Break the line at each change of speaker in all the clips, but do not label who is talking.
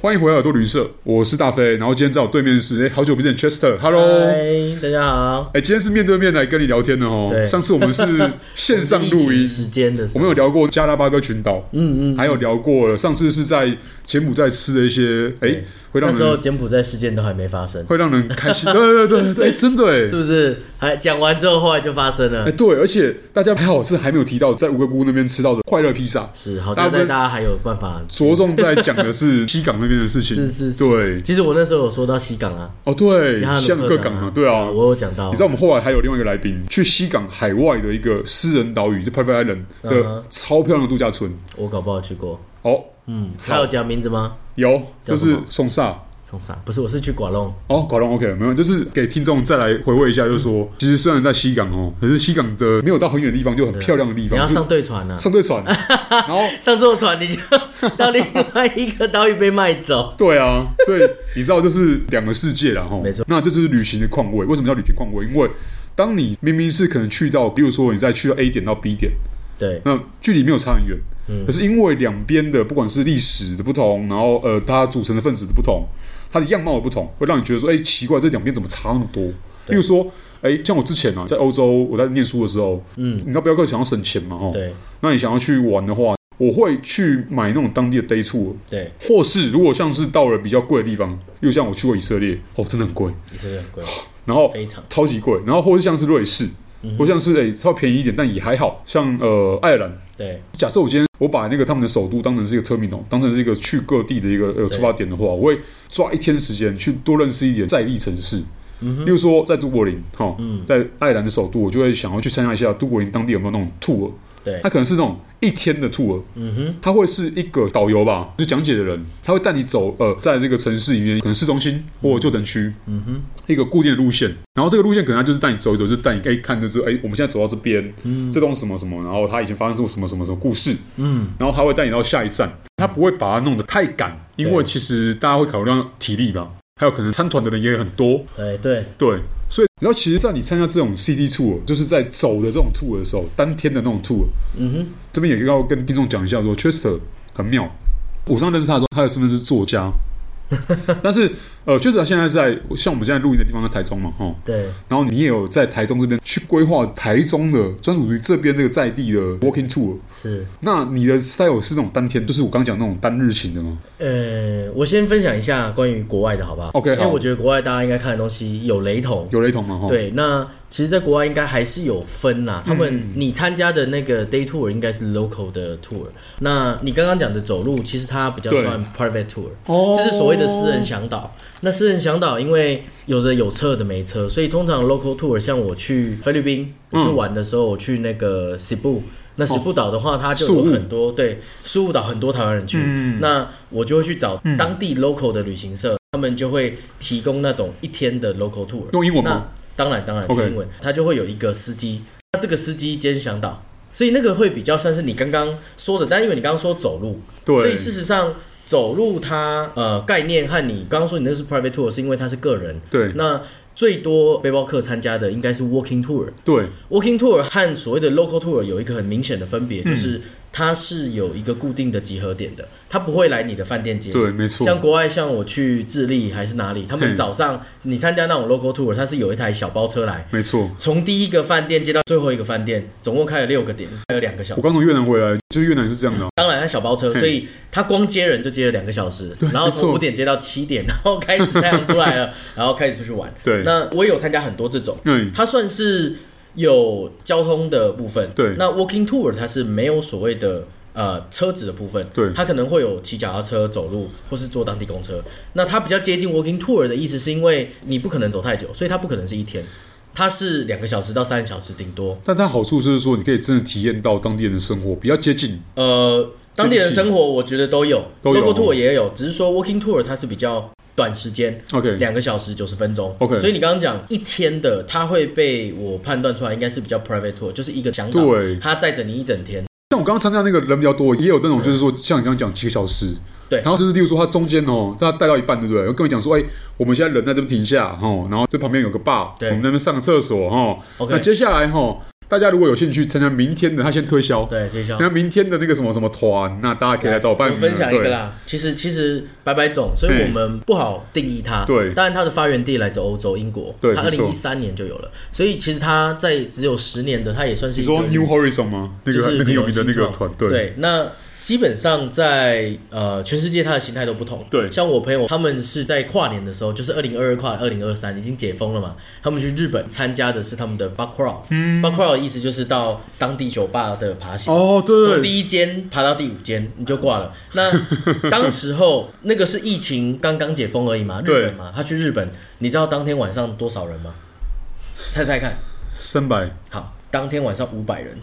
欢迎回来耳朵旅社，我是大飞。然后今天在我对面是哎，好久不见，Chester，Hello。
嗨，大家好。
哎，今天是面对面来跟你聊天的哦。
对
上次我们 是线上
疫
录
情
音，
时间的时
我
候，
们有聊过加拉巴哥群岛，嗯嗯，还有聊过了上次是在柬埔寨吃的一些，哎
对，
会让
那时候
人
柬埔寨事件都还没发生，
会让人开心。对对 对对，哎，真的哎
是，不是？还讲完之后，后来就发生了
哎。对，而且大家还好是还没有提到在吴哥窟那边吃到的快乐披萨，
是，好
大
在
部分
大家还有办法。
着重在讲的是 西港那边的事情。
是是是
对，
其实我那时候有说到西港啊，
哦对，
其他
像
的
各港
啊
啊，，对啊。
我有讲到
你知。道我们后来还有另外一个来宾去西港海外的一个私人岛屿，就 Private Island
嗯
的
哼
超漂亮的度假村。
我搞不好去过。
哦，
嗯，还有讲名字吗？
有，就
叫什
是
么
松萨。
从啥？不是，我是去寡弄。
哦，搞懂 OK 没有，就是给听众再来回味一下，就是说，其实虽然在西港哦，可是西港的没有到很远的地方，就很漂亮的地
嗯啊你
方，
要
就是
上对船啊，
上对船， 然后
上错船你就 到另外一个岛屿被卖走。
对啊，所以你知道就是两个世界啦吼，
没错，
那这就是旅行的况味。为什么叫旅行况味？因为当你明明是可能去到，比如说你再去到 A 点到 B 点，
对，
那距离没有差很远，
嗯
可是因为两边的不管是历史的不同，然后呃它组成的分子的不同，它的样貌的不同，会让你觉得说，哎、奇怪，这两边怎么差那么多？例如说，哎、像我之前啊，在欧洲我在念书的时候，嗯，你知道不要哥想要省钱嘛，哦，
对，
那你想要去玩的话，我会去买那种当地的 day tour，
对，
或是如果像是到了比较贵的地方，又像我去过以色列，哦，真的很贵，
也是很贵，
然后
非常嗯
超级贵，然后或是像是瑞士，或像是哎、稍微便宜一点，但也还好像呃爱尔兰。
对，
假设我今天我把那个他们的首都当成是一个 terminal，当成是一个去各地的一个呃出发点的话，我会抓一天时间去多认识一点在地城市。例如说，在都柏林，哈，在爱尔兰的首都，我就会想要去参加一下都柏林当地有没有那种 tour，
对
它可能是那种一天的 tour，嗯哼，它会是一个导游吧，就讲解的人，他会带你走，呃，在这个城市里面，可能市中心或旧城区，嗯哼，一个固定的路线，然后这个路线可能他就是带你走一走，就带你哎看就是哎，我们现在走到这边，嗯，这栋什么什么，然后它以前发生过什么什么什么故事，嗯，然后他会带你到下一站，他不会把它弄得太赶，因为
对
其实大家会考虑到体力吧，还有可能参团的人也很多，
哎，对，
对，所以然后其实，在你参加这种 CD tour，就是在走的这种 tour 的时候，单天的那种 tour，嗯
哼，
这边也要跟听众讲一下说，Chester 很妙。我上认识他的时候，他的身份是作家，但是呃，Chester 他现在在像我们现在录音的地方在台中嘛，哦，
对，
然后你也有在台中这边去规划台中的专属于这边这个在地的 walking tour。
是。
那你的 style 是那种单天，就是我刚讲那种单日型的吗？
呃，我先分享一下关于国外的好不好
OK，
因为
好
我觉得国外大家应该看的东西有雷同。
有雷同吗？哈，，
对，那其实，在国外应该还是有分
嗯
啦。他们你参加的那个 day tour 应该是 local 的 tour，那你刚刚讲的走路，其实它比较
对
算 private tour，
哦
就是所谓的私人向导。那私人向导，因为有的有车，有的没车，所以通常 local tour，像我去菲律宾，我
嗯
去玩的时候，我去那个 Cebu。那石布岛的话，它就有
哦宿务嗯
很多对苏务岛很多台湾人去，那我就会去找当地 local 的旅行社，他们就会提供那种一天的 local tour，
用英文吗
那当然，当然，
OK
就英文，他就会有一个司机，那这个司机兼向导，所以那个会比较像是你刚刚说的，但因为你刚刚说走路，
对
所以事实上走路它呃概念和你刚刚说你那个是 private tour，是因为它是个人，
对
那最多背包客参加的应该是 walking tour。
对，
Walking tour 和所谓的 local tour 有一个很明显的分
嗯
别，就是它是有一个固定的集合点的，它不会来你的饭店接你。
对没错
像国外，像我去智利还是哪里，他
嗯
们早上你参加那种 local tour，它是有一台小包车来，
没错。
从第一个饭店接到最后一个饭店，总共开了六个点，开了两个小
我
时
刚。从越南回来，就是越南是这样的哦、
当然，他小包车，所以他光接人就接了两个小时，然后
没
从
错
五点接到七点，然后开始太阳出来 了，然后开始出去玩。
对
那我也有参加很多这种，
嗯
它算是有交通的部分。
对
那 walking tour 它是没有所谓的呃车子的部分，
对
它可能会有骑脚踏车、走路，或是坐当地公车。那它比较接近 walking tour 的意思，是因为你不可能走太久，所以它不可能是一天，它是两个小时到三个小时顶多。
但它好处就是说，你可以真的体验到当地人的生活，比较接近。
呃，当地人生活我觉得都有
都有
l o c a tour 也有，只是说 walking tour 它是比较短时间，
OK，
两个小时九十分钟。
OK
所以你刚刚讲一天的，它会被我判断出来应该是比较 private tour，就是一个向导
对，
他带着你一整天。
像我刚刚参加那个人比较多，也有那种就是说，像你刚刚讲几个小时，
对
然后就是例如说他中间哦，他带到一半，对不对？我跟你讲说，哎，我们现在人在这边停下哦，然后这旁边有个坝，
对
我们那边上个厕所哦，
OK
那接下来哦。大家如果有兴趣参加明天的，他先推销。
对，推销。
那明天的那个什么什么团，那大家可以来找我办。
我分享一个
对，
啦，其实其实百百种，所以
嗯
我们不好定义它。
对
当然它的发源地来自欧洲英国，
对
它二
没
零
错
一三年就有了，所以其实它在只有十年的，它也算是
你
一
说
个
New Horizon 吗？那
就
个
是
那个有名的那
新
个
创
团队，
对，那基本上在呃全世界它的形态都不同。
对
像我朋友他们是在跨年的时候，就是二零二二跨二零二三已经解封了嘛，他们去日本参加的是他们的 b a c r a w 嗯 b a c r a w 的意思就是到当地酒吧的爬行。
哦，
从
对，
第一间爬到第五间，你就 挂了。那当时候那个是疫情刚刚解封而已嘛，日
对
本嘛，他去日本，你知道当天晚上多少人吗？猜猜看，
三百，
好，当天晚上五百人。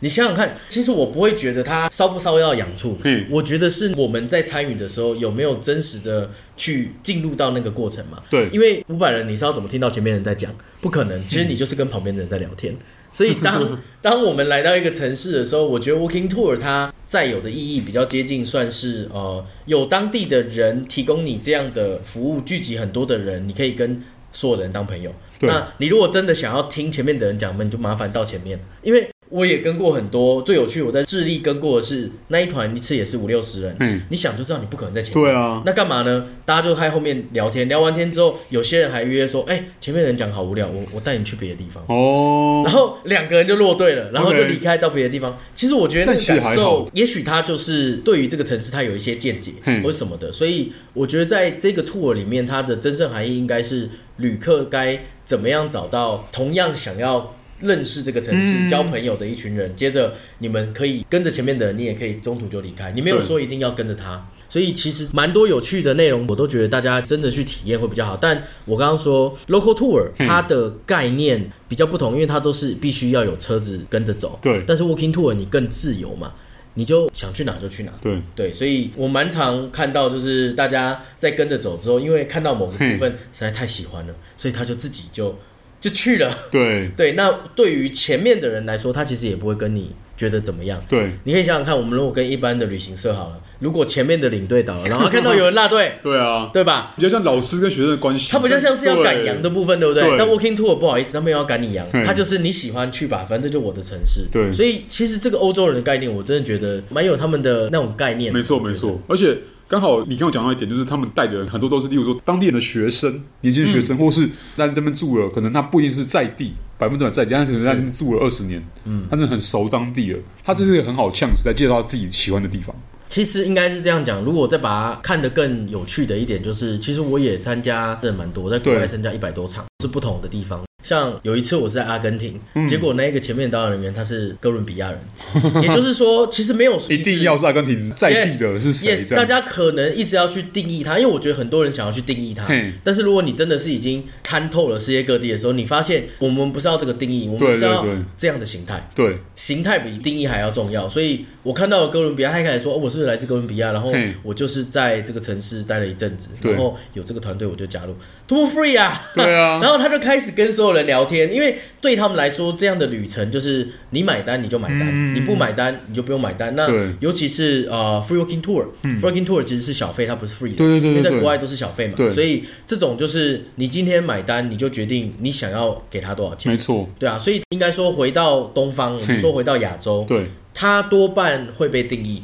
你想想看，其实我不会觉得他烧不烧要养处，
嗯
我觉得是我们在参与的时候有没有真实的去进入到那个过程嘛。
对
因为五百人你是要怎么听到前面人在讲？不可能，其实你就是跟旁边的人在聊天。所以当 当我们来到一个城市的时候，我觉得 Walking Tour 它占有的意义比较接近，算是呃有当地的人提供你这样的服务，聚集很多的人，你可以跟所有人当朋友。
对
那你如果真的想要听前面的人讲，那你就麻烦到前面，因为我也跟过很多，最有趣我在智利跟过的是那一团一次也是五六十人，
嗯，
你想就知道你不可能在前面。
对啊，
那干嘛呢？大家就在后面聊天，聊完天之后，有些人还约说：“哎、前面人讲好无聊，我我带你去别的地方。
哦
然，后两个人就落队了，然后就离开到别的地方。其实我觉得那个
但其实
感
还好
受，也许他就是对于这个城市他有一些见解
嗯
或什么的，所以我觉得在这个 tour 里面，它的真正含义应该是旅客该怎么样找到同样想要。认识这个城市、
嗯
交朋友的一群人，接着你们可以跟着前面的人，你也可以中途就离开，你没有
对
说一定要跟着他。所以其实蛮多有趣的内容，我都觉得大家真的去体验会比较好。但我刚刚说 local tour，
嗯
它的概念比较不同，因为它都是必须要有车子跟着走。
对
但是 walking tour 你更自由嘛，你就想去哪就去哪。
对，
对，所以我蛮常看到，就是大家在跟着走之后，因为看到某个部分实在太喜欢了，所以他就自己就就去了。
对，
对，那对于前面的人来说，他其实也不会跟你觉得怎么样。
对，，
你可以想想看，我们如果跟一般的旅行社好了，如果前面的领队倒了，然后看到有人落队
对啊，
对吧？
比较像老师跟学生的关系，
他比较像是要赶羊的部分，对不对？
对
但 Walking Tour 不好意思，他没有要赶你羊，
嗯
他就是你喜欢去吧，反正就我的城市。
对
所以其实这个欧洲人的概念，我真的觉得蛮有他们的那种概念。
没错
我觉得
没。错，而且刚好你跟我讲到一点，就是他们带的人很多都是，例如说当地人的学生、年轻的学
嗯
生，或是在这边住了，可能他不一定是在地百分之百在地，但是可能在那边住了二十年，嗯，他真的很熟当地了，他这是一个很好的 chance 在介绍自己喜欢的地方，
其实应该是这样讲，如果再把它看得更有趣的一点，就是其实我也参加的蛮多，我在国外
对
参加一百多场，是不同的地方。像有一次我是在阿根廷，
嗯
结果那一个前面的导演人员他是哥伦比亚人，也就是说其实没有
一定要是阿根廷在地的是谁
yes,
这
yes, 大
样。
家可能一直要去定义它，因为我觉得很多人想要去定义它
嘿。
但是如果你真的是已经参透了世界各地的时候，你发现我们不是要这个定义，我
对
们是要
对对
这样的形态。
对
形态比定义还要重要，所以我看到哥伦比亚，他一开始说、哦、我是来自哥伦比亚，然后
嘿
我就是在这个城市待了一阵子，
对
然后有这个团队我就加入，多么 free 啊！
对啊
然后他就开始跟所有人聊天，因为对他们来说，这样的旅程就是你买单你就买单，你不买单你就不用买单。那
嗯对嗯
尤其是呃 free walking tour，free、walking tour 其实是小费，它不是 free 的，
对对对对
因为在
对
国外都是小费嘛，
对
所以这种就是你今天买单你就决定你想要给他多少钱
没。错，
对啊，所以应该说回到东方，我们
嗯
说回到亚洲，
对
它多半会被定 义，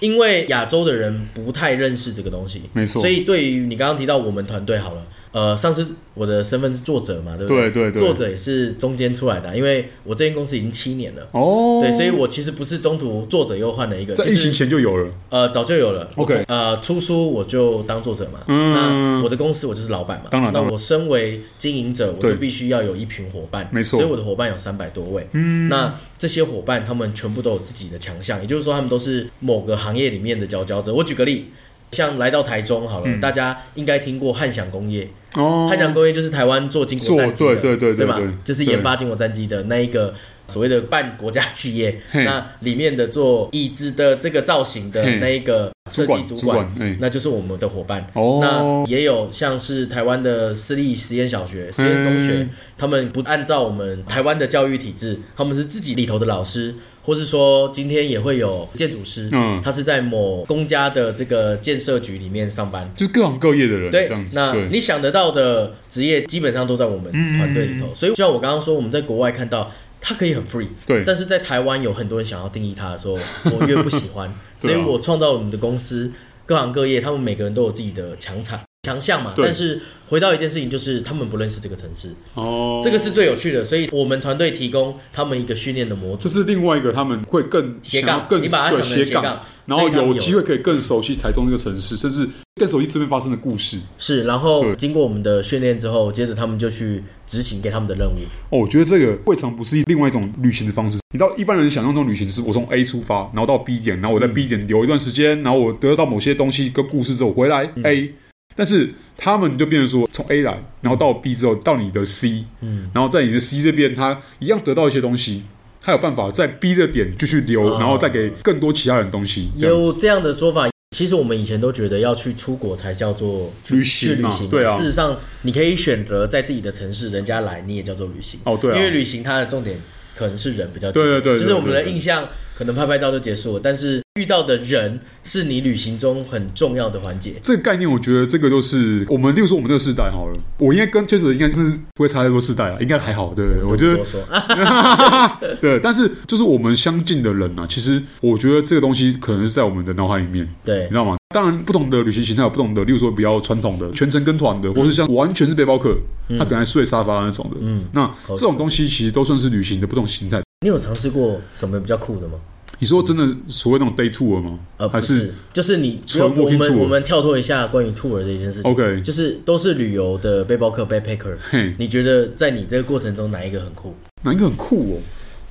因为亚洲的人不太认识这个东西，
没错
所以对于你刚刚提到我们团队好了，呃，上次我的身份是作者嘛，对不
对对对，
作者也是中间出来的啊，因为我这间公司已经七年了。
哦，
对，所以我其实不是中途作者又换了一个，
在
其
疫
实
情前就有了，
呃早就有了。
OK
我从呃出书我就当作者嘛，
嗯
那我的公司我就是老板嘛，
当然
那
当然
我身为经营者，我
对
就必须要有一群伙伴，
没错
所以我的伙伴有三百多位，嗯，那这些伙伴他们全部都有自己的强项，也就是说他们都是某个行业里面的佼佼者。我举个例。像来到台中好了，
嗯
大家应该听过汉翔工业，
哦，
汉翔工业就是台湾做经国战机
做
的，
对对对对
对吧
对？
就是研发经国战机的那一个所谓的半国家企业，
嘿
那里面的做椅子的这个造型的
嘿
那一个
主
设计
管
主
主管，哎，
那就是我们的伙伴。那
哦，
也有像是台湾的私立实验小学、实验中学
嗯，
他们不按照我们台湾的教育体制，他们是自己里头的老师，或是说今天也会有建筑师，
嗯
他是在某公家的这个建设局里面上班，
就是各行各业的人
对
这样，子，
那
对
你想得到的职业基本上都在我们
嗯
团队里头，所以就像我刚刚说，我们在国外看到它可以很 free，
对
但是在台湾有很多人想要定义它的时候，我越不喜 欢，
啊
所以我创造了我们的公司，各行各业，他们每个人都有自己的强产强项嘛。
对
但是回到一件事情，就是他们不认识这个城市，
哦，
这个是最有趣的。所以我们团队提供他们一个训练的模
这
组，
是另外一个他们会更
斜
想要
杠，
更
你把它
对
想成
斜杠，
杠，
然
所
后
以他们
有机会可以更熟悉台中这个城市，甚至更熟悉这边发生的故事。
是，然后
对
经过我们的训练之后，接着他们就去执行给他们的任务。
哦，我觉得这个未尝不是另外一种旅行的方式。你到一般人想象中旅行是，我从 A 出发，然后到 B 点，然后我在 B 点留一段时间，然后我得到某些东西跟故事之后回来 A，但是他们就变成说从 A 来，然后到 B 之后到你的 C，嗯，然后在你的 C 这边，他一样得到一些东西。他有办法在 B 的点继续留，
啊
然后再给更多其他人东西，这样
有
子
这样的说法，其实我们以前都觉得要去出国才叫做去
旅行
去旅
嘛
行嘛
对啊
事实上，你可以选择在自己的城市，人家来你也叫做旅行。
哦对啊
因为旅行它的重点可能是人比较
对
重要
对对对
就是我们
对
的
对
印象可能拍拍照就结束了，但是遇到的人是你旅行中很重要的环节。
这个概念，我觉得这个就是我们，例如说我们这个世代好了，我应该跟 Chase 应该真是不会差太多世代了，应该还好，对不对？我觉
多
得
说啊，
对，但是就是我们相近的人啊，其实我觉得这个东西可能是在我们的脑海里面，
对
你知，道吗？当然，不同的旅行形态有不同的，例如说比较传统的全程跟团的，或是像完全是背包客，他可能还睡沙发那种的。
嗯
那这种东西其实都算是旅行的不同形态。
你有尝试过什么比较酷的吗？
你说真的所谓那种 day tour 吗？
呃，
还
不是，就是你
纯
我我
walking
们
tour
我们跳脱一下关于 tour 这一件事情
OK
就是都是旅游的背包客 backpacker，
嘿
你觉得在你这个过程中哪一个很酷
哪一个很酷哦？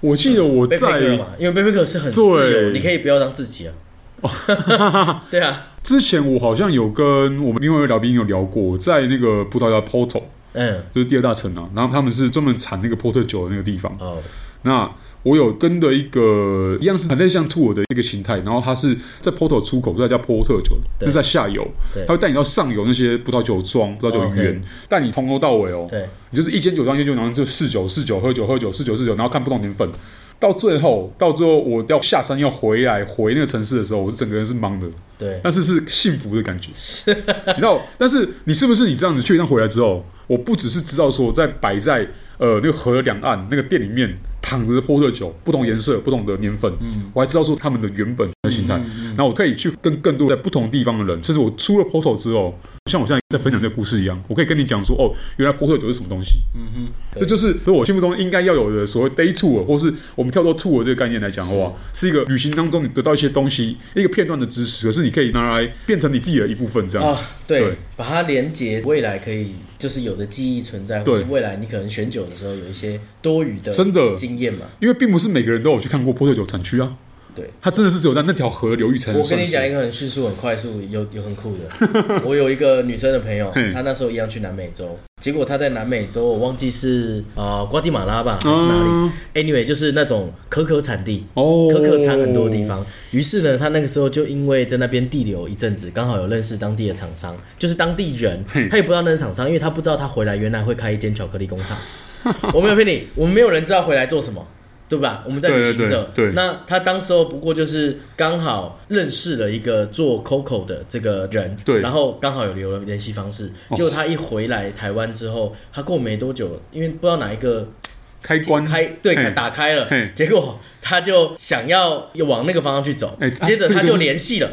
我记得我在、
？backpacker 嘛，因为 backpacker 是很自由，
对哦
你可以不要当自己啊。 对啊，
之前我好像有跟我们另外一位来宾有聊过，在那个葡萄牙 Porto，
嗯，
就是第二大城啊，然后他们是专门产那个波特酒的那个地方。
哦，
那我有跟的一个一样是很类似像 tour 的一个形态，然后它是在 Porto 出口，在叫波特酒，
对
那是在下游
对，
它会带你到上游那些葡萄酒庄、葡萄酒园
OK，
带你从头到尾哦。
对，
你就是一间酒庄，一间酒庄就试酒、试酒、喝酒、喝酒、试酒、试酒，然后看不同年份。到最后，到最后我要下山要回来回那个城市的时候，我是整个人是懵的，
对，
但是是幸福的感觉。你知道，但是你是不是你这样子去一趟回来之后，我不只是知道说在摆在呃那个河的两岸那个店里面躺着的波特酒，不同颜色、不同的年份，我还知道说他们的原本的形态，然后我可以去跟更多在不同地方的人，甚至我出了 Porto 之后，像我现在在分享这个故事一样，我可以跟你讲说哦，原来波特酒是什么东西。嗯哼，这就是所以我心目中应该要有的所谓 day tour，或是我们跳脱 tour 这个概念来讲的话，是一个旅行当中你得到一些东西，一个片段的知识，可是你可以拿来变成你自己的一部分这样
哦
子。，
对
对，
把它连接未来可以，就是有着记忆存在，
对
或是未来你可能选酒的时候有一些多余的
真的
经验嘛。
因为并不是每个人都有去看过波特酒产区啊，
对，
它真的是只有在那条河流域才能
我跟
算
你
是。
讲一个很迅速、很快速、有有很酷的。我有一个女生的朋友
嘿，
她那时候一样去南美洲，结果她在南美洲，我忘记是呃瓜地马拉吧还是哪里、
嗯
a n y w a y 就是那种可可产地，
哦，
可可产很多地方。于是呢，她那个时候就因为在那边地留一阵子，刚好有认识当地的厂商，就是当地人
嘿，
她也不知道那是厂商，因为她不知道她回来原来会开一间巧克力工厂。 我没有骗你，我们没有人知道回来做什么，对吧？我们在旅行者，
对对对对
那他当时候不过就是刚好认识了一个做 Coco 的这个人，
对哦
然后刚好有留了联系方式。结果他一回来台湾之后，他过没多久，因为不知道哪一个
开关哎
开对
嘿
打开了
嘿，
结果他就想要往那个方向去走
哎，
接着
啊这个
他
就是
就联系 了，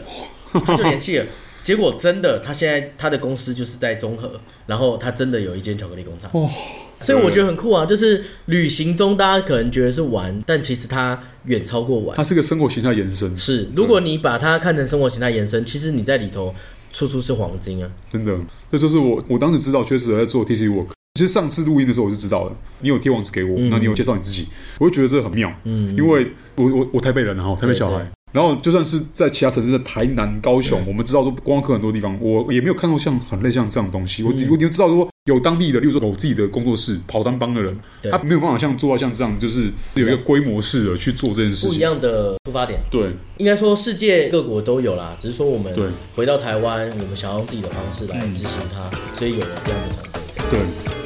他就联系了。结果真的，他现在他的公司就是在中和，然后他真的有一间巧克力工厂。
哦，
所以我觉得很酷啊，就是旅行中大家可能觉得是玩，但其实它远超过玩。
它是个生活形态延伸，
是，如果你把它看成生活形态延伸，其实你在里头处处是黄金啊。
真的，这就是我我当时知道确实在做 TC work。其实上次录音的时候我就知道了，你有贴网址给我，那、你有介绍你自己，我就觉得这很妙，
嗯，
因为我我我台北人啊，台北小
对
孩。然后就算是在其他城市，在台南、高雄，我们知道说观光客很多地方，我也没有看到像很类像这样的东
嗯
西。我只我就知道说有当地的，例如说有自己的工作室、跑单帮的人，
对
他没有办法像做到像这样，就是有一个规模式的去做这件事
不一
情。
样的出发点，
对，
应该说世界各国都有啦，只是说我们
对
回到台湾，我们想要用自己的方式来执行它，所以有了这样的团队。这样
对，